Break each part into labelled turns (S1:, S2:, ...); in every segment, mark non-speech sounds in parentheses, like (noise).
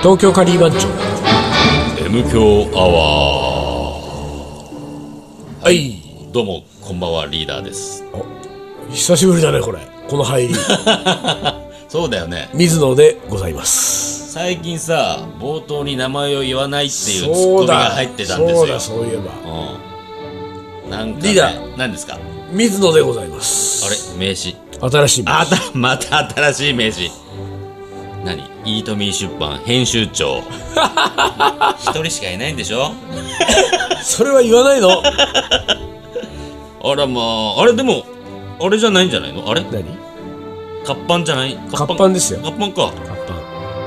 S1: 東京カリー番長
S2: M 強アワー
S1: はい
S2: どうもこんばんはリーダーです
S1: 久しぶりだねこれこの
S2: (laughs)
S1: 入り
S2: そうだよね
S1: 水野でございます
S2: 最近さ冒頭に名前を言わないっていうツッコ
S1: そう
S2: ミが
S1: だ
S2: 入ってたんで
S1: そ
S2: すよ
S1: うだそういえば
S2: うんなんか、ね、
S1: リーダー
S2: 何ですかあれ
S1: 水野でございます
S2: 名刺
S1: 新しい
S2: あ
S1: あ
S2: た (laughs) また新しい名刺何イートミー出版編
S1: (laughs)
S2: 集長一人しかいないんでしょ
S1: それは言わないの
S2: あらまああれでもあれじゃないんじゃないのあれ
S1: (laughs) 何
S2: 活版じゃない活
S1: 活版ですよ
S2: 活版か
S1: 活版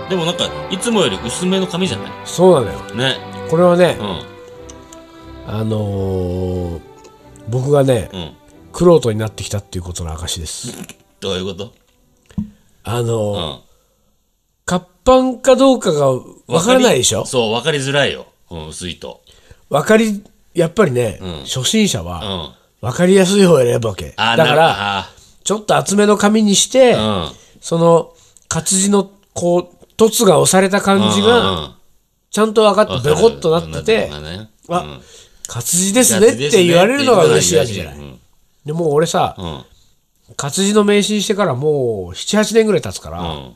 S2: でもなんかいつもより薄めの紙じゃない
S1: そうなのよ
S2: ね
S1: これはね
S2: う、ん
S1: あのー、僕がね
S2: うん
S1: 玄人になってきたっていうことの証です
S2: どういうこと
S1: あの
S2: う
S1: ー
S2: ん
S1: 活版かどうかがわからないでしょ
S2: わかりそうわかりづらいよ、うん、薄いと
S1: わかりやっぱりね、
S2: ん
S1: 初心者
S2: うん
S1: は
S2: あ
S1: わかりやすい方を選ぶわけだ
S2: ー
S1: か
S2: なる
S1: ら
S2: あ
S1: ちょっと厚めの紙にして、
S2: ー
S1: その活字のこう凸が押された
S2: うん
S1: 感じがちゃんと分か
S2: うん
S1: ってベコッとなってて、
S2: わかるよね
S1: あ、
S2: うん
S1: 活字ですねって言われるのが嬉しいわけじゃない。
S2: うん
S1: でもう俺さ、
S2: うん
S1: 活字の名刺にしてからもう7、8年ぐらい経つから、
S2: う
S1: も
S2: ん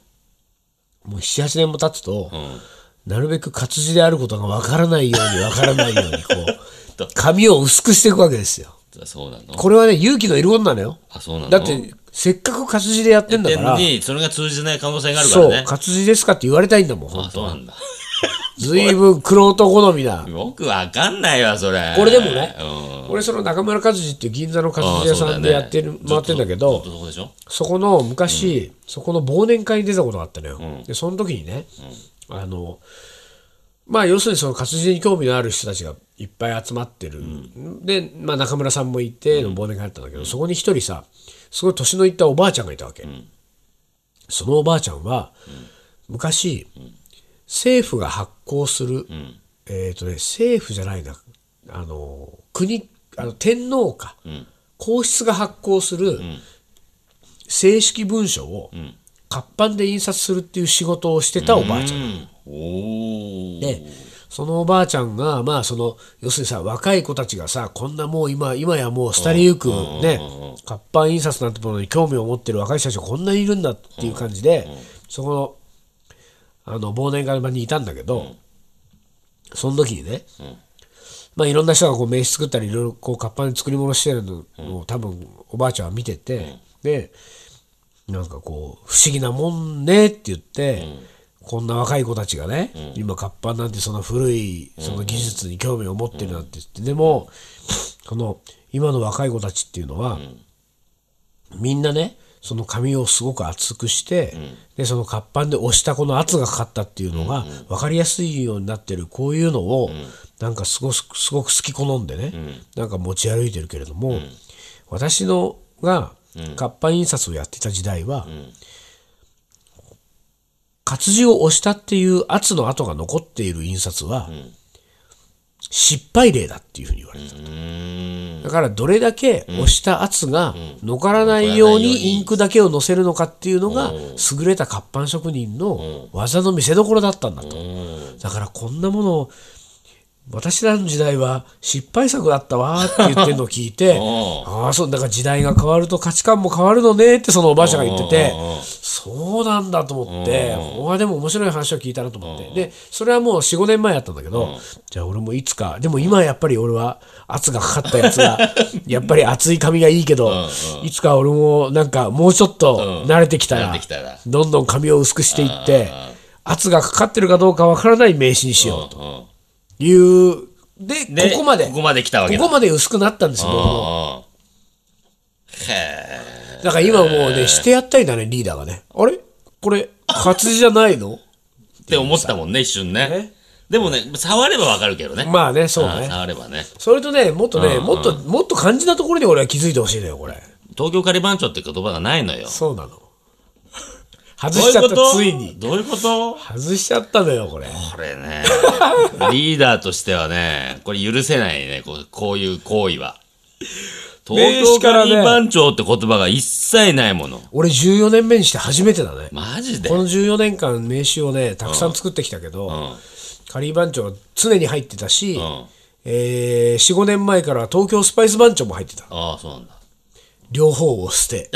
S1: う7、8年も経つと、
S2: うん
S1: なるべく活字であることが分からないように分からないようにこ
S2: (laughs) と
S1: う、紙を薄くしていくわけですよ。
S2: そうなの
S1: これはね、勇気のいることなのよ。
S2: あそうなの
S1: だって、せっかく活字でやってんだ
S2: で
S1: から、
S2: にそれが通じない可能性があるから
S1: そう
S2: ね、
S1: 活字ですかって言われたいんだもん、
S2: あ
S1: 本
S2: そう
S1: 当
S2: な
S1: は。
S2: んだ (laughs)
S1: ずいぶん玄人好みな。
S2: よくわかんないわそれ
S1: これでもね
S2: うん
S1: 俺その中村和司っていう銀座の活字屋さんでやってる、
S2: あそうだよ
S1: 回っ
S2: ね
S1: てんだけ
S2: ずっとず
S1: ど
S2: っとそこでしょ
S1: そこの昔、そこの忘年会に出たことがあったのよ、でその時にね、あのまあ要するにその活字に興味のある人たちがいっぱい集まってる、で、まあ、中村さんもいての忘年会だったんだけど、そこに一人さすごい年のいったおばあちゃんがいたわけ、そのおばあちゃんは、昔、政府が発行する、えっ、とね政府じゃないなあの国あの天皇か、皇室が発行する正式文書を活版で印刷するっていう仕事をしてたおばあちゃん、
S2: うんおお
S1: でそのおばあちゃんがまあその要するにさ若い子たちがさこんなもう今今やもう廃りゆくね活版印刷なんてものに興味を持ってる若い人たちがこんなにいるんだっていう感じでそこのあの忘年会の場にいたんだけどその時にねまあいろんな人がこう名刺作ったりいろいろこう活版で作り物してるのを多分おばあちゃんは見ててでなんかこう、不思議なもんねって言って、こんな若い子たちがね、今、活版なんてその古いその技術に興味を持ってるなんて言って、でも、その、今の若い子たちっていうのは、みんなね、その紙をすごく厚くして、で、その活版で押したこの圧がかかったっていうのが、分かりやすいようになってる、こういうのを、なんかすごすすごく好き好んでね、なんか持ち歩いてるけれども、私のが活版印刷をやってた時代は、活字を押したっていう圧の跡が残っている印刷は、失敗例だっていうふうに言われてた、だからどれだけ押した圧が残らないようにインクだけを載せるのかっていうのが優れた活版職人の技の見せ所だったんだと、だからこんなものを私らの時代は失敗作だったわーって言ってるのを聞いて
S2: お
S1: (laughs) ああそうだから時代が変わると価値観も変わるのねってそのおばあちゃんが言っててそうなんだと思ってこれはでも面白い話を聞いたなと思ってでそれはもう45年前やったんだけどじゃあ俺もいつかでも今やっぱり俺は圧がかかったやつ (laughs) がやっぱり厚い髪がいいけどいつか俺もなんかもうちょっと慣れてきた
S2: 慣
S1: ら
S2: れてきたら
S1: どんどん髪を薄くしていって圧がかかってるかどうかわからない名刺にしようと
S2: うん
S1: いうで
S2: で
S1: ここまで
S2: ここまで来たわけ
S1: こ
S2: だ
S1: こまで薄くなったんですよ僕も
S2: うんへえ
S1: だから今もうね、してやったりだね、リーダーがね。あれこれ、活字じゃない
S2: (laughs)
S1: の
S2: って思ったもんね一瞬ね
S1: ね
S2: でもね触ればわかるけどね
S1: まあね、そう
S2: うん
S1: ね。
S2: 触ればね
S1: それとね、もっとね、もっと、もっと肝心なところで俺は気づいてほしいのよ、これ。
S2: 東京カリバン長って言葉がないのよ
S1: そう
S2: (laughs)
S1: なの。外
S2: どう
S1: し
S2: い
S1: ちゃ
S2: う
S1: っ
S2: こ
S1: た、
S2: と
S1: ついに。
S2: どういうこと
S1: 外しちゃったのよ、これ。
S2: これ
S1: (laughs)
S2: ねリーダーとしてはねこれ許せないねこうこういう行為は東
S1: 名
S2: 京
S1: 刺から
S2: カ
S1: ね
S2: ニ番長って言葉が一切ないもの。
S1: 俺14年目にして初めてだね。
S2: マジで
S1: この14年間名刺をね、たくさん作ってきたけど、
S2: ん
S1: カリー番長は常に入ってたし、
S2: ん
S1: えー、4、5年前からは東京スパイス番長も入ってた。
S2: ああ、そうなんだ。
S1: 両方を捨て。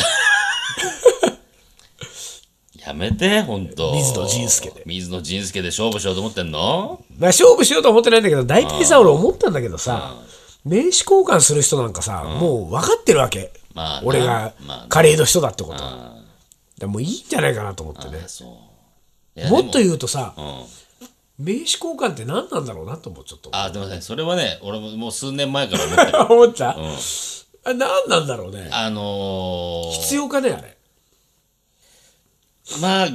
S2: やめて、ほんと。
S1: 水野仁介で。
S2: 水野仁介で勝負しようと思ってんの
S1: まあ勝負しようとは思ってないんだけど、大体さ、俺思ったんだけどさ、名刺交換する人なんかさ、もう分かってるわけ。
S2: まあな
S1: 俺が
S2: まあな
S1: カレーの人だってこと。だか
S2: あ
S1: らもういいんじゃないかなと思ってね
S2: あ、。そう。いや
S1: もっと
S2: で
S1: 言うとさ、
S2: もうん。
S1: 名刺交換って何なんだろうなと思う、ちょっと。
S2: ああ、でもね、それはね、俺ももう数年前から思 (laughs) ってる。
S1: (laughs) 思った、あ何なんだろうね。
S2: あのー、
S1: 必要かね、あれ。
S2: まあ、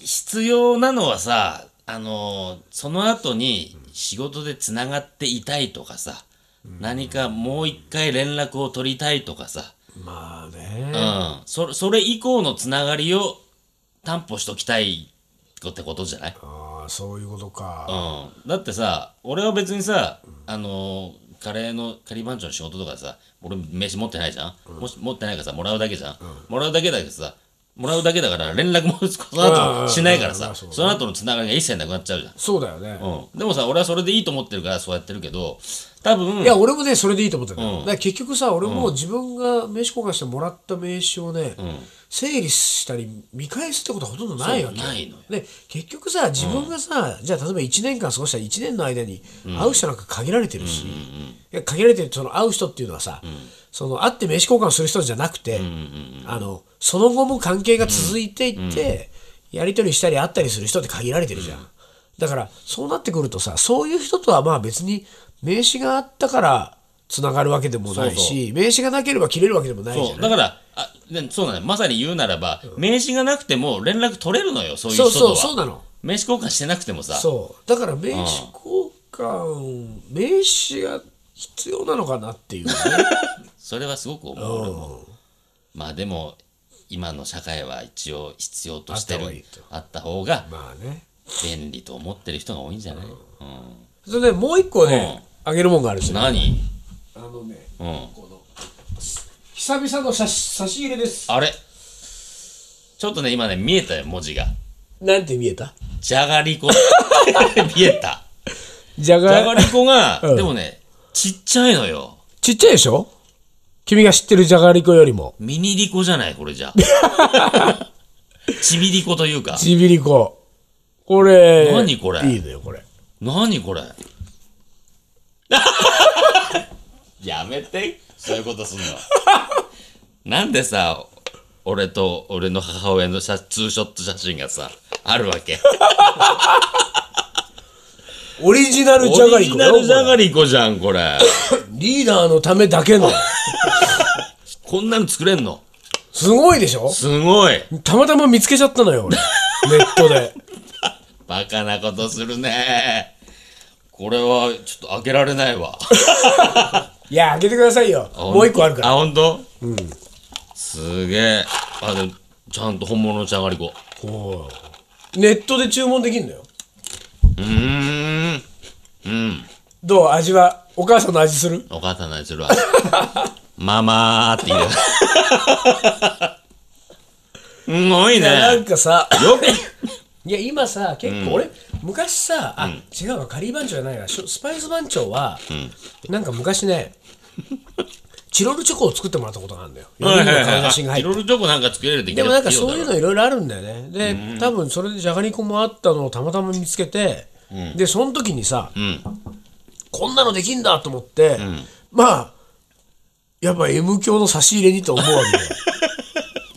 S2: 必要なのはさ、あのーその後に仕事でつながっていたいとかさ、何かもう一回連絡を取りたいとかさ、
S1: まあ
S2: う
S1: ね。
S2: ん、そそれ以降のつながりを担保しときたいってことじゃない、
S1: ああ、そういうことか。
S2: うん、だってさ、俺は別にさ、あのーカレーのカリー番長の仕事とかでさ、俺名刺持ってないじゃん、もし持ってないからさ、もらうだけじゃん、もらうだけだけどさ、もらうだけだから連絡もその後もしないから
S1: うんうんう
S2: さ、
S1: んそう
S2: その後のつながりが一切なくなっちゃうじゃん。
S1: そうだよね。
S2: うん、でもさ、俺はそれでいいと思ってるからそうやってるけど、多分、
S1: いや、俺もね、それでいいと思ってたよ、
S2: うん
S1: だから結局さ、俺も自分が名刺交換してもらった名刺をね、整理したり、見返すってことはほとんどないわけよ。
S2: そうないのよ
S1: で、結局さ、自分がさ、じゃあ例えば1年間過ごした1年の間に、会う人なんか限られてるし、いや限られてる、その会う人っていうのはさ、その会って名刺交換する人じゃなくて、あの、その後も関係が続いていって、やり取りしたり会ったりする人って限られてるじゃんだからそうなってくるとさそういう人とはまあ別に名刺があったからつながるわけでもないし名刺がなければ切れるわけでもないじゃ
S2: そう、
S1: ん
S2: だから、あでそうなのまさに言うならば、名刺がなくても連絡取れるのよ、そういう人
S1: そう
S2: と
S1: そう
S2: は。
S1: そうなの
S2: 名刺交換してなくてもさ。
S1: そうだから名刺交換名刺が必要なのかなって
S2: (laughs)
S1: いうね
S2: それはすごく思う俺もまあでも今の社会は一応必要として
S1: あった方がい
S2: る
S1: いと
S2: あった方が
S1: まあね
S2: 便利と思ってる人が多いんじゃない、うん
S1: それでもう一個ねあげるもんがあるんですよ
S2: 何、
S1: あのね
S2: うん、
S1: 久々の差し差し入れです
S2: あれちょっとね今ね見えたよ文字が
S1: なんて見えた
S2: 「じゃがりこ」 (laughs) 見えた
S1: じゃ
S2: じゃが
S1: が
S2: りこが、
S1: うん
S2: でもねちっちゃいのよ
S1: ちっちゃいでしょ君が知ってるじゃがりこよりも
S2: ミニリコじゃないこれじ (laughs) ゃちびりこというか
S1: ちびりこ。これ。
S2: 何これ
S1: いいのよ、これ。
S2: 何これ (laughs) やめてそういうことすんのなんでさ俺と俺の母親の写ツーショット写真がさあるわ
S1: (laughs)
S2: け
S1: オリジナルじゃ
S2: オ
S1: がり
S2: リジ
S1: こ
S2: ナ
S1: よ。
S2: ルじゃ
S1: こ
S2: がりこじゃん
S1: (laughs)
S2: これ
S1: れリーダーのためだけの。
S2: こんなの作れんの
S1: すごいでしょ
S2: すごい
S1: たまたま見つけちゃったのよ、俺。ネットで。
S2: バカなことするねこれはちょっと開けられないわ
S1: いや、開けてくださいよ。 (laughs) もう一個あるから。
S2: あ本当？うんすげえあでもちゃんと本物のじゃがりこ
S1: こうネットで注文できるのよ。
S2: うーんうん
S1: どう味は。お母さんの味する
S2: お母さんの味するわ。 (laughs) ママーって言う。すごい
S1: いやな
S2: ね。
S1: んかさ、
S2: よ (laughs) く、
S1: いや、今さ、結構俺、昔さ、あ、違うわ、カリー番長じゃないわ。しょスパイス番長は、なんか昔ね、チロルチョコを作ってもらったことがあるんだよ。4人の顔写真が入
S2: い
S1: って
S2: ろいろチョコなんか作れるって聞い
S1: で
S2: た
S1: もなんかそういう
S2: 聞
S1: のいろいろあるんだよね。で、多分それでじゃがりこもあったのをたまたま見つけて、で、その時にさ、
S2: ん
S1: こんなのできんだと思って、まあ、やっぱ M 教の差し入れにと思うわ
S2: (laughs)
S1: けだよ。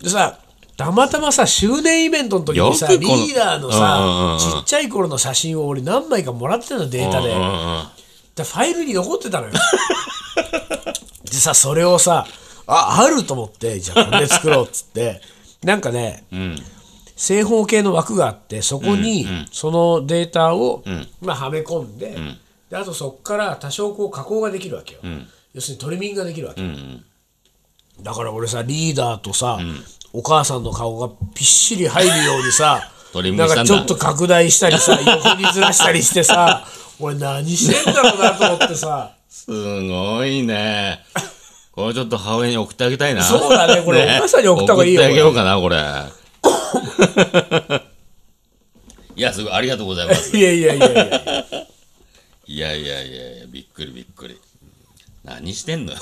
S1: でさ、たまたまさ、周年イベントの時にさ、
S2: よ
S1: リ
S2: くこの
S1: ーダーの
S2: うんうんう
S1: さ
S2: ん、
S1: ちっちゃい頃の写真を俺何枚かもらってたの、データ
S2: たよ
S1: で。
S2: うんうん
S1: だからファイルに残ってたのよ。でさ、それをさ、あ、あると思って、じゃあこれ作ろうっつって、なんかね、
S2: うんうん
S1: 正方形の枠があってそこにそのデータを、まあ、はめ込んで,、であとそこから多少こう加工ができるわけよ、要するにトリミングができるわけ、
S2: ん
S1: だから俺さリーダーとさ、お母さんの顔がぴっしり入るようにさ
S2: (laughs) トリミン
S1: な
S2: グ
S1: ん
S2: したんだ
S1: かちょっと拡大したりさ横にずらしたりしてさ俺何してんだろうなと思ってさ
S2: すごいね。これちょっと母親に送ってあげたいな。
S1: そうだねこれお母さんに送った方がいいよ
S2: 送ってあげようかな、
S1: (laughs)
S2: これ。いや、すごい、ありがとうございます。
S1: いやいやいやいや。
S2: いやいやいやいや、びっくりびっくり。何してんのよ。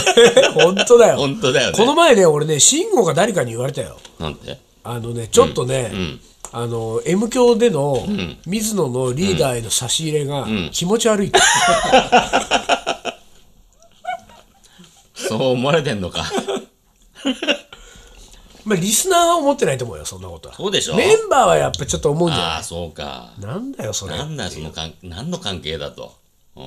S1: (laughs) 本当だよ。
S2: 本当だよね
S1: この前ね、俺ね、慎吾が誰かに言われたよ。
S2: なんて
S1: あのね、ちょっとね、
S2: ん
S1: あの、M 教での、水野のリーダーへの差し入れが気持ち悪いって。
S2: そう思われてんのか。
S1: まあ、リスナーは思ってないと思うよ、そんなことは。
S2: (laughs) そうでしょ
S1: メンバーはやっぱちょっと思うんじゃ
S2: ああ、そうか。
S1: ないなんだよ、それ。
S2: なんだよその関何の関係だと。う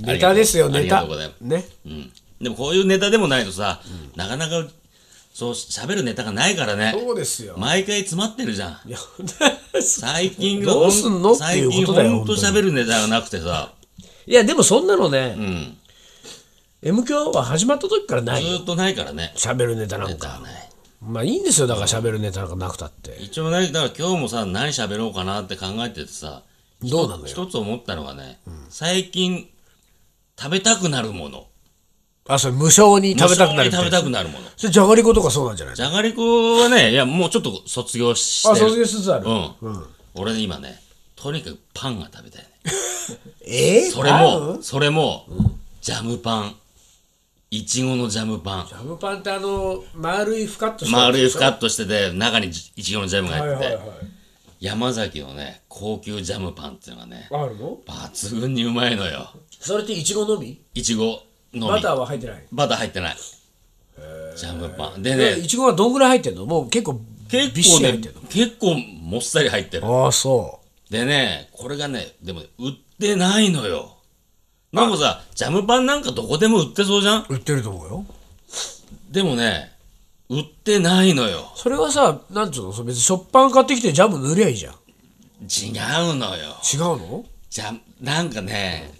S1: ネタですよ、
S2: あ
S1: ネ
S2: りが
S1: タ
S2: とうございま。す
S1: ね。
S2: ん。うん。でもこういうネタでもないとさ、なかなか、そう、喋るネタがないからね。
S1: そうですよ。
S2: 毎回詰まってるじゃん。
S1: いや (laughs)
S2: 最近
S1: どうすんのっていうことだよ
S2: 最近ほんと喋るネタがなくてさ。
S1: いや、でもそんなのね、
S2: うん。
S1: M 教は始まった時からな
S2: ず
S1: いよ。
S2: ーっとないからね。
S1: 喋るネタなんか。
S2: ない。
S1: まあいいんですよ、だから喋るネタなんかなくたって。
S2: 一応何だから今日もさ何喋ろうかなって考えててさ
S1: どうなのよ。
S2: 一つ思ったのがね、最近食べたくなるもの
S1: あ、それ無償に食べたくなるみ
S2: 無性
S1: たい
S2: に食
S1: な。
S2: べたくなるもの
S1: それじゃがりことかそうなんじゃない
S2: じゃがりこはねいやもうちょっと卒業してる
S1: あ、卒業しつつある。
S2: うん、俺ね今ねとにかくパンが食べたいね
S1: えー
S2: それ
S1: パン
S2: もそれも、ジャムパンいちごのジャムパン
S1: ジャムパンってあの、丸いふかっとしたやつ
S2: 丸い
S1: でし
S2: ふ
S1: ょ
S2: かっとしてて中にじいちごのジャムが
S1: はい
S2: 入っ
S1: は
S2: てて、
S1: いはい。
S2: 山崎のね高級ジャムパンっていうのがね
S1: あるの
S2: 抜群にうまいのよ
S1: それっていちごのみ
S2: いちごのみ
S1: バターは入ってない。
S2: バター入ってないジャムパンで
S1: い
S2: ね
S1: ちごはどんぐらい入ってんのもう結構、
S2: 結
S1: びっし
S2: 構
S1: り入
S2: ね
S1: ってんの。
S2: 結構もっさり入ってる
S1: ああ、そ
S2: でねこれがねでも売ってないのよなんかさジャムパンなんかどこでも売ってそうじゃん
S1: う。売ってると思うよ。
S2: でもね売ってないのよ
S1: それはさ、なんつうのそれ別に食パン買ってきてジャム塗りゃいいじゃん。
S2: 違うのよ
S1: 違うの
S2: ジャムなんかね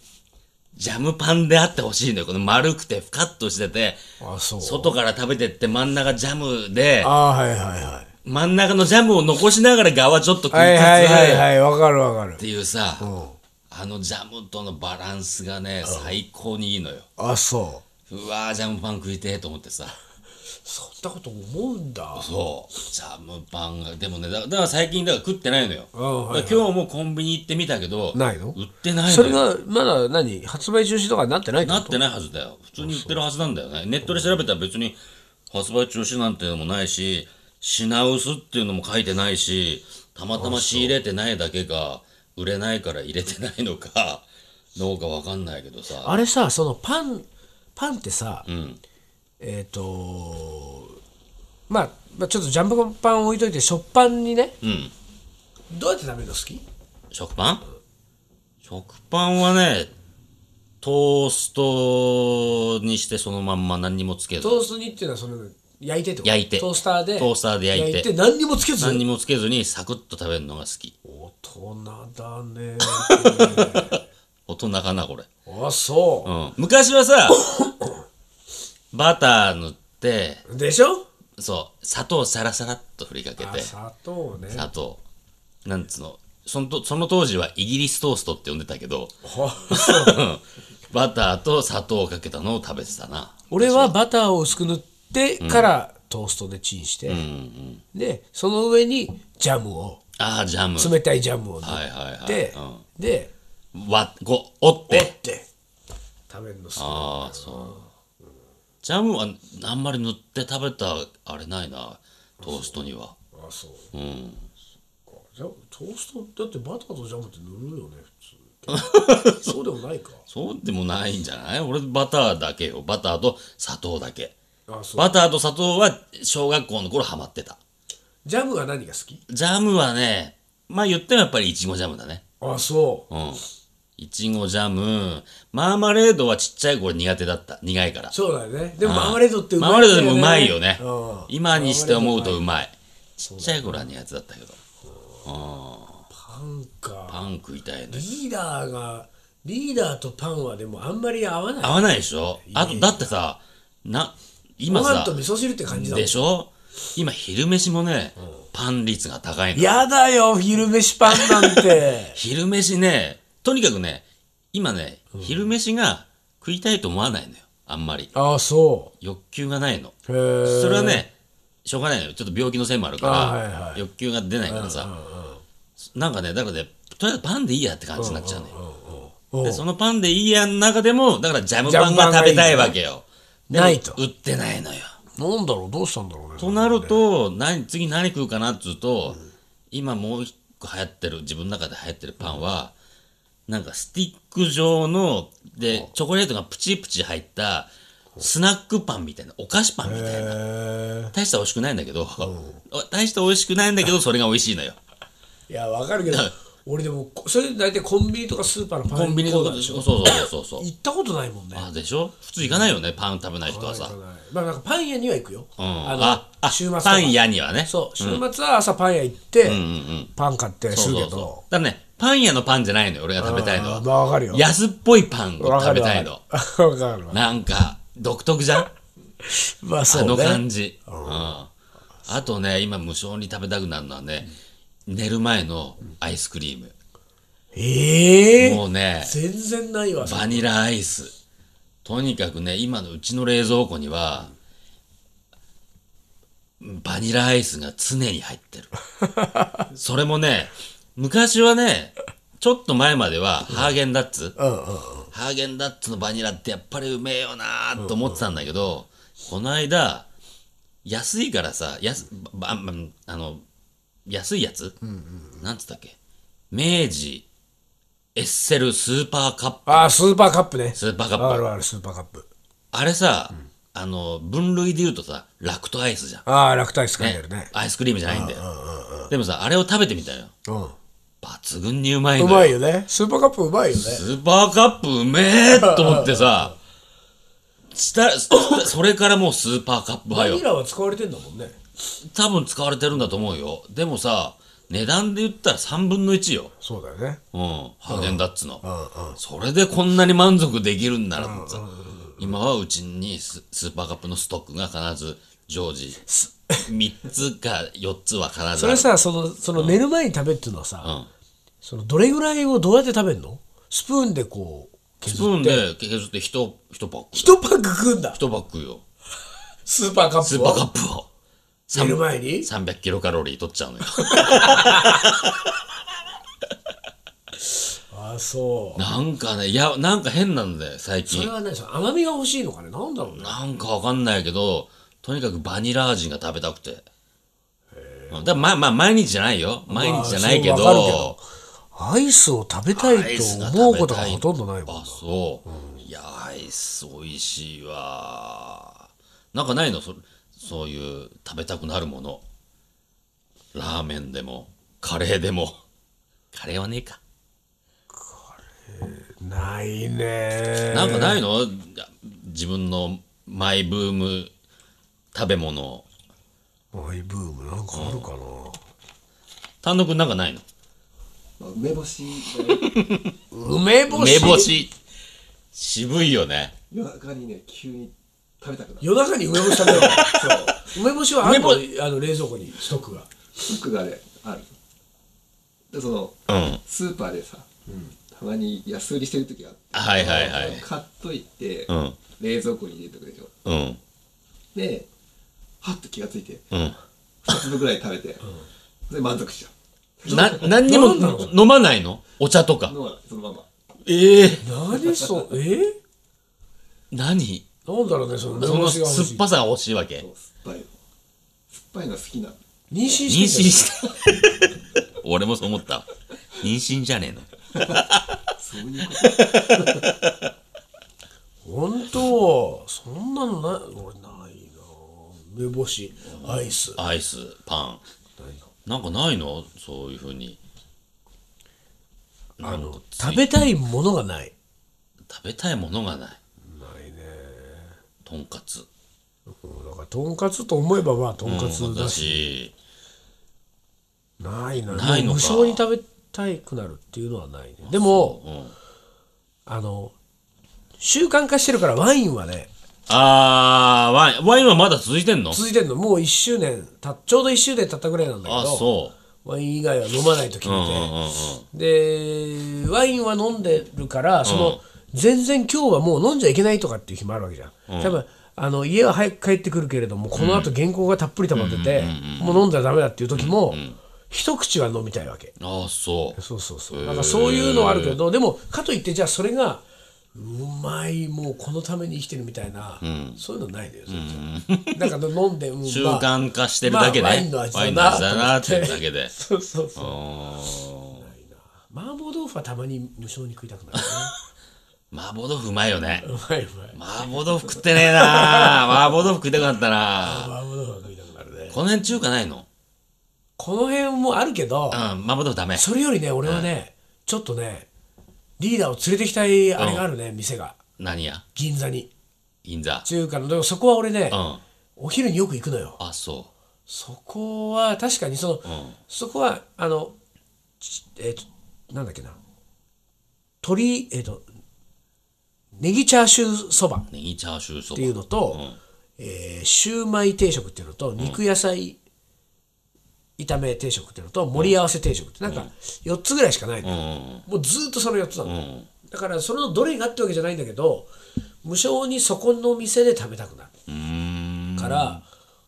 S2: ジャムパンであってほしいのよこの丸くてふかっとしてて
S1: あそう。
S2: 外から食べてって真ん中ジャムで
S1: ああ、はいはいはい。
S2: 真ん中のジャムを残しながら側ちょっと食いつつ、
S1: はいはいはいはい、わかるわかる
S2: っ。ていうさ、あのジャムとのバランスがね、最高にいいのよ。
S1: あそう。
S2: うわー、ジャムパン食いてーと思ってさ。
S1: そんなこと思うんだ。
S2: そう。ジャムパンが、でもね、だだから最近だから食ってないのよ。
S1: あはいはい
S2: だから今日もコンビニ行ってみたけど、
S1: ないの
S2: 売ってない
S1: そ
S2: の
S1: れ
S2: よ。
S1: がまだ何発売中止とかになってないってこ
S2: な
S1: と
S2: ってないはずだよ。普通に売ってるはずなんだよね。ネットで調べたら別に発売中止なんてのもないし、品薄っていうのも書いてないし、たまたま仕入れてないだけか、売れないから入れてないのか、どうかわかんないけどさ。
S1: あれさそのパンパンってさ、
S2: ん
S1: えっ、とまあ、まあちょっとジャムパン置いといて食パンにね
S2: うん。
S1: どうやって食べるの好き
S2: 食パン食パンはね、トーストにしてそのまんま何にもつけず。
S1: トーストにっていうのはその焼いてってこと
S2: 焼いて
S1: トースターで
S2: トースターで焼いて
S1: 何にもつけず
S2: 何にもつけずにサクッと食べるのが好き。
S1: 大人だね
S2: 大人かな、これ。
S1: あそう (laughs)
S2: う、ん。昔はさ、 (coughs) バター塗って、
S1: でしょ
S2: そう、砂糖サラサラっと振りかけ
S1: あ
S2: て、
S1: 砂糖ね
S2: 砂糖。なんつうの。そのと、その当時はイギリストーストって呼んでたけど、
S1: あ
S2: バターと砂糖をかけたのを食べてたな。
S1: (laughs) 俺はバターを薄く塗ってからトーストでチンして、でその上にジャムを
S2: ああ、ジャム。
S1: 冷たいジャムを塗
S2: はい
S1: っ
S2: はいはい。
S1: て
S2: うん
S1: で
S2: わ、こう、折っ。
S1: 折ってて食べるの好き
S2: ああ、そう。ジャムはあんまり塗って食べたあれないな、トーストには。
S1: あそう
S2: うん。
S1: じゃトーストだってバターとジャムって塗るよね普
S2: (laughs)
S1: 通そうでもないか
S2: そうでもないんじゃない俺バターだけよ。バターと砂糖だけ。
S1: あそう
S2: バターと砂糖は小学校の頃ハマってた。
S1: ジャムは何が好き
S2: ジャムはね、まあ言ってもやっぱりいちごジャムだね。
S1: あそう
S2: うん。いちごジャム、マーマレードはちっちゃい頃苦手だった。苦いから。
S1: そうだよねでもマーマレードってうまい
S2: マーマレードでもうまいよね
S1: うん。
S2: 今にして思うとうまい。ちっちゃい頃は苦手だったけど。
S1: パンか
S2: パン食いたいね。
S1: リーダーがリーダーとパンはでもあんまり合わない
S2: 合わないでしょあと、だってさ、な、
S1: ご
S2: 今
S1: 飯
S2: さ
S1: と、味噌汁って感じだもん
S2: でしょ今昼飯もね、パン率が高いの。
S1: やだよ、昼飯パンなんて
S2: (laughs) 。昼飯ね、とにかくね、今ね、昼飯が食いたいと思わないのよあんまり
S1: ああそ
S2: 欲求がないの
S1: うへえ
S2: それはねしょうがないのよちょっと病気のせいもあるから、
S1: あーはいは
S2: 欲求が出ないからさ、なんかねだからねとりあえずパンでいいやって感じになっちゃうのよ、
S1: うんうん
S2: でそのパンでいいやの中でもだからジャムパ
S1: ジャ
S2: ン
S1: ムパン
S2: が
S1: が
S2: 食
S1: いい
S2: べたいわけよでも
S1: ないと
S2: 売ってないのよ
S1: なんだろうどうしたんだろうね
S2: となると、何次何食うかなっつうと、今もう一個流行ってる自分の中で流行ってるパンは、なんかスティック状のでチョコレートがプチプチ入ったスナックパンみたいなお菓子パンみたい
S1: へ
S2: な
S1: え
S2: 大した美味しくないんだけど、 (laughs) 大した美味しくないんだけどそれが美味しいのよ
S1: いやわか
S2: (laughs)
S1: るけど
S2: だ
S1: 俺でもこそれ大体コンビニとかスーパーのパン
S2: コンビニと
S1: コ
S2: か
S1: ーナー
S2: で
S1: で
S2: し
S1: し
S2: ょ
S1: ょ
S2: そうそうそうそうそう
S1: 行ったことないもんね
S2: あでしょ普通行かないよねパン食べない人はさ、うん、
S1: まあなんかパン屋には行くよ、あの
S2: ああ
S1: 週末とか
S2: パン屋にはね
S1: そう週末は朝パン屋行って、パン買ってす
S2: そう
S1: る
S2: そ
S1: け
S2: うそ
S1: ど
S2: うだからねパン屋のパンじゃないのよ俺が食べたいのは
S1: あーまあわかるよ
S2: 安っぽいパンを
S1: わか
S2: 食べ
S1: るわ
S2: た
S1: か
S2: い
S1: る
S2: の
S1: わかるわ
S2: なんか独特じゃん、
S1: まあそ
S2: あ
S1: う
S2: の
S1: ね
S2: 感じ、うん、あとね今無性に食べたくなるのはね、寝る前のアイスクリーム
S1: ええ
S2: もうね
S1: 全然ないわ
S2: バニラアイスとにかくね今のうちの冷蔵庫にはバニラアイスが常に
S1: (laughs)
S2: 入ってるそれもね昔はねちょっと前まではハーゲンダッツ、
S1: うんうん
S2: ハーゲンダッツのバニラってやっぱりうめえよなーと思ってたんだけど、この間安いからさ安ばばあの安いやつ、なんつったっけ明治エッセルスーパーカップ
S1: ああスーパーカップね
S2: スーパーカ
S1: あ
S2: ップ
S1: るあるスーパーカップ
S2: あれさ、あの分類で言うとさラクトアイスじゃん、
S1: ああ落体使え
S2: ね
S1: てるね
S2: アイスクリームじゃないんだよ、でもさあれを食べてみたよ
S1: うん
S2: 抜群にうまいの
S1: う
S2: よ
S1: まいよねスーパーカップうまいよね
S2: スーパーカップうめえと思ってさ、した、したそれからもうスーパーカップ
S1: バ
S2: 派
S1: ニ
S2: よ。
S1: ラは使われてんだもんね
S2: 多分使われてるんだと思うよ。でもさ、値段で言ったら3分の1よ。
S1: そうだよね
S2: うん。ハーゲンダッツの。それでこんなに満足できるんならさ、今はうちにススーパーカップのストックが必ず常時、3つか4つは必ずある。
S1: それさそのその寝る前に食べっていうのはさ、
S2: ん
S1: そのどれぐらいをどうやって食べるのスプーンでこう
S2: ス
S1: 削
S2: プ
S1: る
S2: ーンで削って1パック。
S1: 一パック食うんだ
S2: 1パックよ。
S1: スーパーカップを
S2: スーパーカップを。
S1: 寝る前に
S2: 300キロカロリー取っちゃうのよ。
S1: ああそう
S2: なんかね、いや、なんか変なんだよ、最
S1: それ
S2: 近。
S1: はねその甘みが欲しいのかねなんだろうね
S2: なんかわかんないけど、とにかくバニラ味が食べたくて。うんだからまあまあ、毎日じゃないよ。毎日じゃないけど。
S1: まあそうわかるけどアイスを食べた
S2: ア
S1: い
S2: イ
S1: と
S2: スが食べた
S1: 思うことがほとんどないもん
S2: あ、そう。いや、アイス美味しいわ。なんかないのそそういう食べたくなるもの。ラーメンでも、カレーでも。カレーはねえか。
S1: ないね
S2: なんかないの自分のマイブーム食べ物。
S1: マイブームなんかあるかな、
S2: 丹野くんなんかないの
S3: 梅干しがね
S1: 梅干し
S2: 梅干し。渋いよね。
S3: 夜中にね (laughs) 急に食べたくなる
S1: 夜中に梅干し食べよ (laughs) うそう梅干しはあるのあの冷蔵庫にストックが
S3: ストックがねあるでその
S2: うん。
S3: スーパーでさ、たまに安売りしてる時があって
S2: はいはいはい。
S3: 買っといて、
S2: うん。
S3: 冷蔵庫に入れとくでしょ
S2: うん。
S3: ではっと気がついて
S2: うん。
S3: 2粒ぐらい食べて、で満足しちゃ
S2: な、何にも飲まないのお茶と
S3: う
S2: か。
S3: のはそのまま
S2: ええー。
S1: 何そうえ
S2: 何
S1: なんだろうねその梅
S2: その
S1: 干しが欲
S2: 酸っ
S1: しい
S2: ぱさが欲しいわけ。
S3: 酸っぱいの酸っぱいの好きなの
S1: 妊娠
S2: 妊娠
S1: してんだよ
S2: した。 (laughs) 俺もそう思った。妊娠じゃねえの。
S3: そういうこ
S1: 本当そんなのない俺ないな梅干しアイス
S2: アイス、パン。なんかないのそういうふうに。
S1: あの食べたいものがない
S2: 食べたいものがな
S1: な
S2: い。
S1: いね
S2: とんかつ。
S1: うんだからとんかつと思えばまあとんか
S2: と
S1: つ
S2: んか
S1: だ
S2: つ
S1: し、
S2: し。
S1: ないな
S2: ないのか
S1: 無性に食べたいくなるっていうのはないねでも
S2: うん。
S1: あの習慣化してるからワインはね
S2: あー、ワイン、ワインはまだ続いてんの
S1: 続いてるのもう1周年たちょうど1周年経ったぐらいなんだけ
S2: あ、
S1: ど
S2: そ
S1: ワイン以外は飲まないと決
S2: う。うん
S1: め
S2: うんうんうん。
S1: て、でワインは飲んでるからその全然今日はもう飲んじゃいけないとかっていう日もあるわけじゃん、多分あの家は早く帰ってくるけれどもこのあと原稿がたっぷり溜まってて、もう飲んだらダメだっていう時も、一口は飲みたいわけ
S2: ああ、そう。
S1: そうそうそうなんかそういうのはあるけどでもかといってじゃあそれがうまいもうこのために生きてるみたいな、そういうのないのよ全然なんか飲んで、うん、
S2: 習慣化してるだけね。
S1: まあワインの味だな
S2: ワインの味だなっていうだけで。
S1: そうそうそう
S2: あー
S1: 麻婆豆腐はたまに無性に食いたくなるね
S2: 麻婆豆腐うまいよ
S1: (laughs)
S2: ね。
S1: うまいうまい
S2: 麻婆豆腐食ってねえな麻婆豆腐食いたくなったな
S1: 麻婆豆腐は食いたくなるね
S2: この辺中華ないの
S1: この辺もあるけど
S2: うん、麻婆豆腐ダメ。
S1: それよりね俺はねちょっとねリーダーを連れてきたいあれがあるね店が
S2: 何や
S1: 銀座に
S2: 銀座。
S1: 中華のでもそこは俺ね
S2: うん。
S1: お昼によく行くのよ
S2: あ、そ
S1: そこは確かにその、
S2: うん
S1: そこはあのちえっ、となんだっけな鶏えっ、とネギチャーシューそばっ
S2: う。ネギチャーシューそば
S1: てい。うのと、えーシューマイ定食っていうのと肉野菜炒め定食っていうのと盛り合わせ定食ってなんか4つぐらいしかないの
S2: う、ん。
S1: もうずーっとその4つなの、
S2: うん。
S1: だからそれのどれがってわけじゃないんだけど無性にそこの店で食べたくなる
S2: うーん。
S1: から、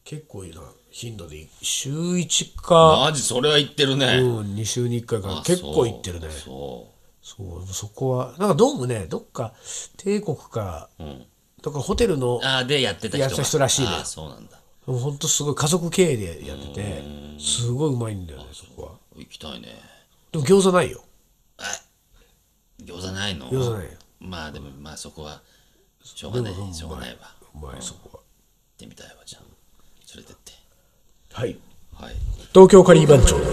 S1: 結構いいな頻度で週1か
S2: マジそれは言ってるね。
S1: うん、2週に1回か
S2: あ
S1: ら結構行ってるね
S2: そ
S1: そうそこはなんかどうもねどっか帝国か、
S2: う。そう。うん。
S1: どっかホテルの
S2: ああ、でやってた人が。
S1: やってた人らしいね
S2: ああ、そうなんだ。
S1: ほんとすごい家族経営でやっててすごいうまいんだよねそこは
S2: 行きたいね。
S1: でも餃子ないよ
S2: 餃子ないの
S1: 餃子ないよ
S2: まあでも、まあそこは、しょうがない。しょうがないわ。行
S1: うまいそこ
S2: ってみたいわ、じゃあ。連れてって。
S1: ははい
S2: はい。
S1: 東京カリー番長の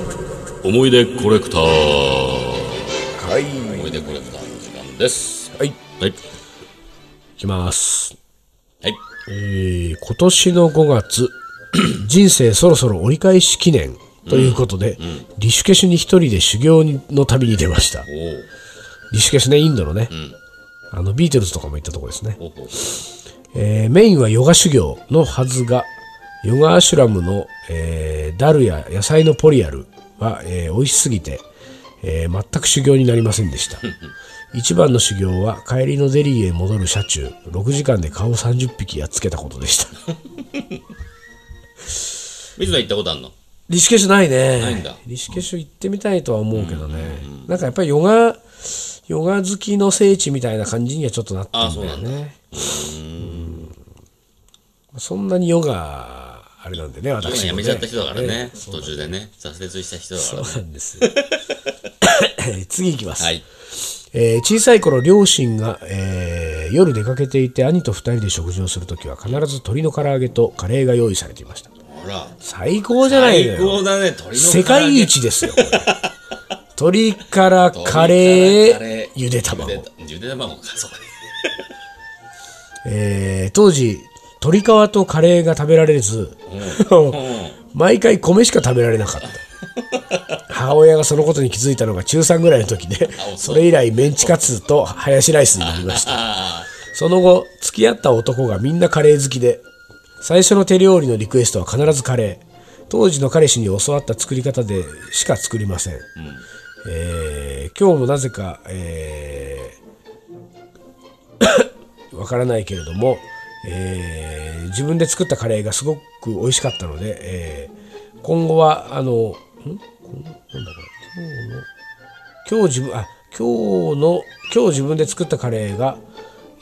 S2: 思い出コレクター。
S1: はい
S2: 思い出コレクターの時間です。
S1: はいい
S2: はい。
S1: きます
S2: はい。
S1: えー今年の5月 (clears throat) 人生そろそろ折り返し記念ということで、リシュケシュに一人で修行にの旅に出ましたリシュケシュねインドのね、あのビートルズとかも行ったとこですね、
S2: おお。
S1: えーメインはヨガ修行のはずがヨガアシュラムの、えーダルや野菜のポリアルは、えー美味しすぎて、えー全く修行になりませんでした一番の修行は帰りのデリーへ戻る車中6時間で顔30匹やっつけたことでした
S2: 水野行ったことあんの
S1: リシュケシュないね
S2: ないんだ
S1: リシュケシュ行ってみたいとは思うけどね、なんかやっぱりヨガヨガ好きの聖地みたいな感じにはちょっとなってるんだよねうんそんなにヨガあれなんでね私もね
S2: やめちゃった人だからね。途中でね。挫折した人だからね。
S1: そうなんです。 (laughs) 次いきます、
S2: はい。
S1: えー小さい頃両親が、えー夜出かけていて兄と2人で食事をするときは必ず鶏の唐揚げとカレーが用意されていました
S2: ほら。
S1: 最高じゃないの
S2: 最高
S1: よ
S2: だね、鳥の唐揚げ
S1: 世界一ですよこれ鶏からカレ
S2: カレ
S1: ーゆで卵
S2: ゆでゆで卵か、
S1: (laughs)
S2: そうか。
S1: えー当時鶏皮とカレーが食べられず、 (laughs) 毎回米しか食べられな
S2: (laughs)
S1: かった母親がそのことに気づいたのが中3ぐらいの時で
S2: あ遅い
S1: それ以来メンチカツとハヤシライスになりました
S2: あ
S1: その後付き合った男がみんなカレー好きで最初の手料理のリクエストは必ずカレー当時の彼氏に教わった作り方でしか作りません、えー今日もなぜかえー (coughs) わからないけれども、えー自分で作ったカレーがすごく美味しかったので、えー今後はあのん今日自分あ今日の今日自分で作ったカレーが、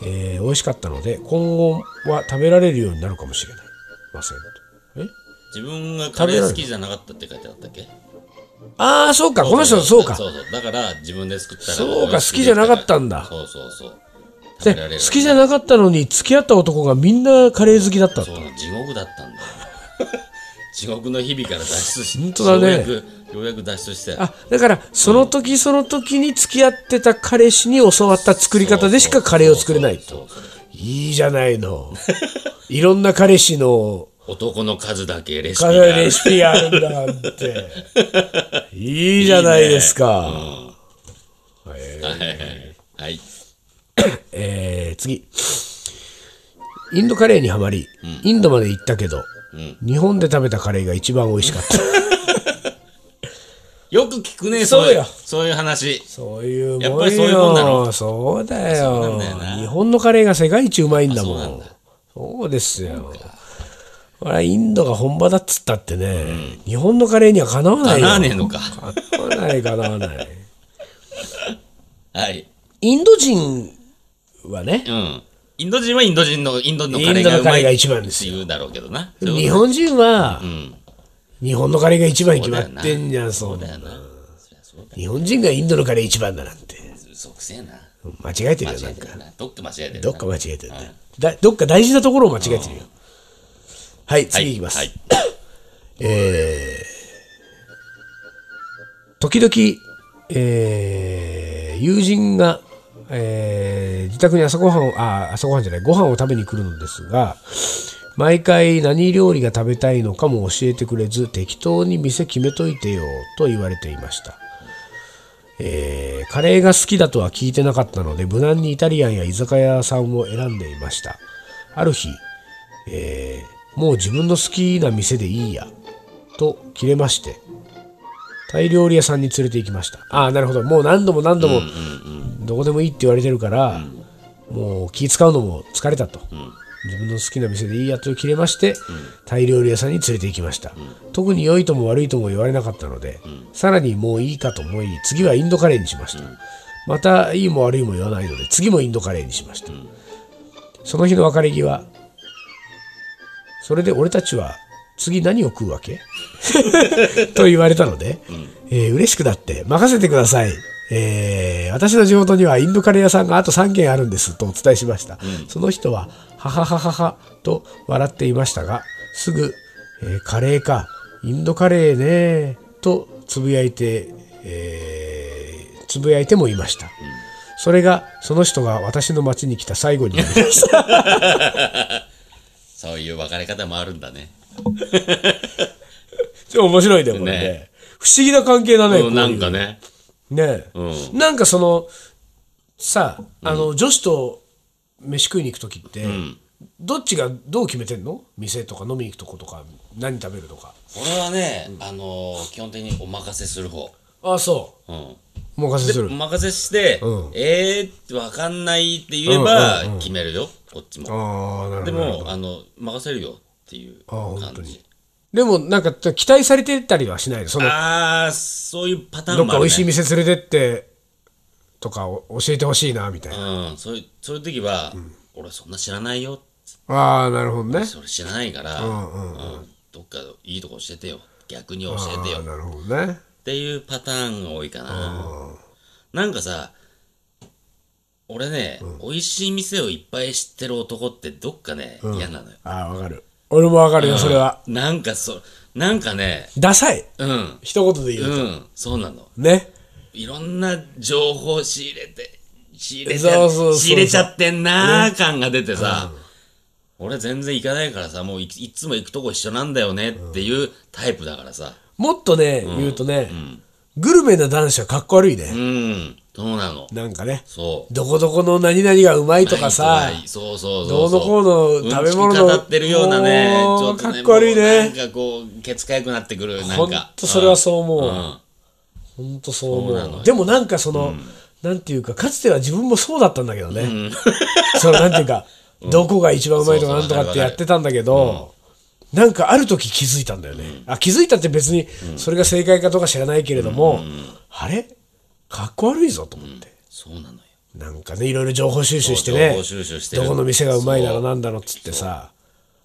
S1: えー美味しかったので今後は食べられるようになるかもしれないませんとえ
S2: あ。自分がカレー好きじゃなかったって書いてあったっけ
S1: ああそうかこの人そうか
S2: そうそう。だから、自分で作ったら。
S1: そうか好きじゃなかったんだ
S2: そうそうそう。
S1: で
S2: 食べら
S1: 好
S2: れる
S1: きじゃなかったのに付き合った男がみんなカレー好きだった
S2: そうなの地獄だったんだよ (laughs) 地獄の日々から脱出し
S1: 本当だね
S2: ようやくようやく脱出して
S1: あだからその時その時に付き合ってた彼氏に教わった作り方でしかカレーを作れないと
S2: そうそうそう
S1: いいじゃないの (laughs) いろんな彼氏の
S2: 男の数だけレシピ
S1: カ
S2: が
S1: レーレシ
S2: (laughs)
S1: ピあるんだなんていいじゃないですか
S2: はいはいはいはい
S1: えー次インドカレーにはまり、インドまで行ったけど、日本で食べたカレーが一番美味しかった
S2: よく聞くね、
S1: そう
S2: そうい
S1: よ
S2: う、 (laughs) そういう話。
S1: そういうもんよ
S2: やっぱりそういうもんなの
S1: そうだ
S2: そうな
S1: よ
S2: んだよな
S1: 日本のカレーが世界一うまいんだもん
S2: あ
S1: そ
S2: そうな
S1: うん
S2: だ
S1: ですよこれはインドが本場だっつったってね、日本のカレーにはかなわないよ
S2: 叶わねえのか。
S1: かなわないかなわない
S2: はい。
S1: インド人はね
S2: うん。インド人はインド人の、インドのカレーが
S1: インドの
S2: う
S1: カ
S2: ま
S1: レ
S2: い
S1: ーが一番です
S2: って言うだろうけどな。そうい
S1: 日
S2: うこ
S1: 本人は
S2: とうん。
S1: 日本のカレーが一番に
S2: そ
S1: 決
S2: うだ
S1: ま
S2: よな
S1: ってんじゃんそう
S2: だよな。そりゃそうだよ。
S1: 日本人がインドのカレー一番だなんて
S2: 嘘くせえな。
S1: 間違えてるよ
S2: 間
S1: な
S2: 違え
S1: ん
S2: て
S1: か
S2: るな。どっか間違えてるな。
S1: どっか間違えてるねだどっか大事なところを間違えてるよはい次いきます
S2: はい。
S1: えー時々、えー友人が、えー自宅に朝ごはんをあ朝ごはんじゃないご飯を食べに来るのですが毎回何料理が食べたいのかも教えてくれず適当に店決めといてよと言われていました、えーカレーが好きだとは聞いてなかったので無難にイタリアンや居酒屋さんを選んでいましたある日えーもう自分の好きな店でいいやと切れましてタイ料理屋さんに連れて行きましたああなるほどもう何度も何度もどこでもいいって言われてるから、もう気使うのも疲れたと、自分の好きな店でいいやと切れまして、タイ料理屋さんに連れて行きました、特に良いとも悪いとも言われなかったので、さらにもういいかと思い次はインドカレーにしました、またいいも悪いも言わないので次もインドカレーにしました、その日の別れ際それで俺たちは次何を食うわけ (laughs) と言われたので、えー嬉しくなって任せてください、えー私の地元にはインドカレー屋さんがあと3軒あるんですとお伝えしました、その人ははははははと笑っていましたがすぐ、えーカレーかインドカレーねとつぶやいて、えーつぶやいてもいました、それがその人が私の町に来た最後になりました
S2: そういう別れ方もあるんだね。
S1: でも面白いね、これね。
S2: ね
S1: 不思議な関係だね、こ
S2: う
S1: うんいう
S2: なんか。ね。
S1: ね、なんかその、さあ、の、女子と飯食いに行くときって、どっちがどう決めてんの店とか飲みに行くとことか、何食べるとか。
S2: 俺はね、あのー、基本的にお任せする方。
S1: ああ、そ
S2: うん。
S1: う。もう任せす
S2: お
S1: る。
S2: 任せして、
S1: うん
S2: えーってわかんないって言えば、決めるよ、こっちも。
S1: ああ、なるほど。
S2: でも、あの、任せるよっていう
S1: あー本
S2: 感
S1: 当に
S2: じ。
S1: でも、なんか、期待されてたりはしないのその、
S2: あー、そういうパター
S1: どっ
S2: ンもあ
S1: か
S2: る、ね。
S1: 美味しい店連れてって、とかを教えてほしいな、みたいな。
S2: うん、そういう、そういう時は、俺そんな知らないよ。
S1: ああ、なるほどね。
S2: それ知らないから、
S1: んうん
S2: うんどっかいいとこ教えてよ。逆に教えて
S1: あ
S2: よ
S1: あ、。なるほどね。
S2: っていうパターンが多いかな。なんかさ、俺ね、美味しい店をいっぱい知ってる男ってどっかね、嫌なのよ。
S1: ああ、わかる。俺もわかるよ、それは。
S2: なんかそ、なんかね、
S1: ダサい。
S2: うん、
S1: 一言で言う
S2: う
S1: と、
S2: ん、そうなの。
S1: ね
S2: いろんな情報仕入れて、仕入れち
S1: そう
S2: ゃ
S1: そうそうそう
S2: 仕入れちゃってんなー感が出てさ、俺全然行かないからさ、もういいつも行くとこ一緒なんだよねっていうタイプだからさ。
S1: もっとね、言うとね、グルメな男子はかっこ悪いね、
S2: うん、そうなの。
S1: なんかね
S2: そう。
S1: どこどこの何々がうまいとか
S2: は
S1: さ
S2: いそうそう
S1: ど
S2: そうう
S1: のこ
S2: そう。
S1: うの食べ物の
S2: うんちき語ってるようなね、ち
S1: も
S2: ょ
S1: う
S2: っとね、
S1: かっこ悪いね
S2: もうなんかこう、ケツかゆくなってくる、な
S1: ほ
S2: ん
S1: ん
S2: か。
S1: とそれは
S2: そ
S1: そう思う、
S2: うん。
S1: ほんとそう
S2: そうな
S1: 思
S2: の
S1: う
S2: よ
S1: でもなんかその、なんていうかかつては自分もそうだったんだけどね、 (laughs) そのなんていうか、どこが一番うまいとか
S2: そう
S1: なん
S2: そう
S1: とか
S2: わかるわ
S1: ってや
S2: かる
S1: ってたんだけど、なんかある時気づいたんだよね、あ気づいたって別にそれが正解かどうか知らないけれども、あれかっこ悪いぞと思って、
S2: そうなのよ。
S1: なんかね、いろいろ情報収集して
S2: そう
S1: ね
S2: 情報収集して、る
S1: どこの店がうまいだろう (laughs) なんだろうっつってさ、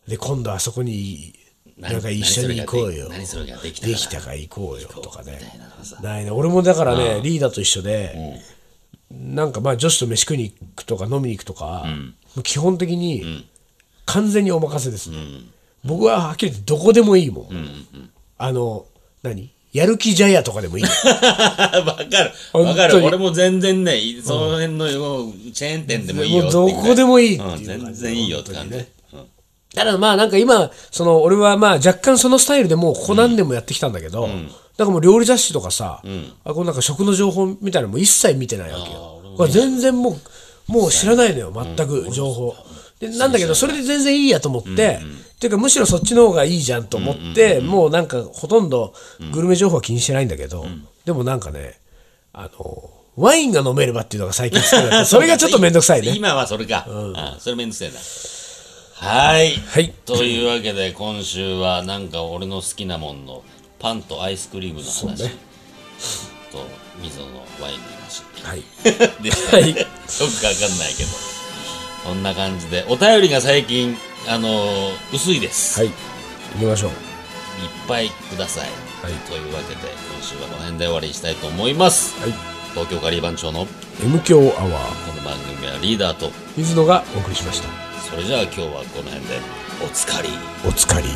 S1: で、今度あそこに、なんか一緒に行こうよ。
S2: 何それができた
S1: で
S2: 何
S1: き
S2: それ
S1: た
S2: ができた
S1: から行こうよとかね
S2: みたいなのがさ。
S1: ないね。俺もだからね、リーダーと一緒で、なんかまあ女子と飯食いに行くとか飲みに行くとか、もう基本的に完全にお任せですね。僕ははっきり言ってどこでもいいもん。あの、何やる気じゃやとかでもいい。
S2: わかる。
S1: 本当に
S2: わかる。俺も全然ね、いその辺のもうチェーン店でもいいよっていうぐらい。
S1: もうどこでもいいっていう
S2: うん
S1: 感じで
S2: 全然いいよって感じ。うん
S1: ただまあなんか今その俺はまあ若干そのスタイルでもうここ何年もやってきたんだけど、なんかもう料理雑誌とかさ、あこうなんか食の情報みたいなのも一切見てないわけよこれ全然もうもう知らないのよ全く情報、でなんだけどそれで全然いいやと思って、っていうかむしろそっちの方がいいじゃんと思って、もうなんかほとんどグルメ情報は気にしてないんだけど、でもなんかねあのワインが飲めればっていうのが最近好きだったそれがちょっと面倒くさいね
S2: 今はそれか。あそれめんどくさいな。はい。
S1: はい
S2: というわけで、今週はなんか俺の好きなもんのパンとアイスクリームの
S1: そう
S2: 話。
S1: ね
S2: と、溝のワインの話。
S1: はい
S2: でした
S1: はい
S2: (laughs) ね。よくわかんないけど。こんな感じで、お便りが最近、あのー薄いです。
S1: はい行きましょう
S2: いっぱいください。
S1: はい
S2: というわけで、今週はこの辺で終わりにしたいと思います。
S1: はい
S2: 東京カリー番長のこ
S1: M 強アワー
S2: の番組はリーダーと、
S1: 水野がお送りしました
S2: それじゃあ今日はこの辺で、おつかり。
S1: おつかり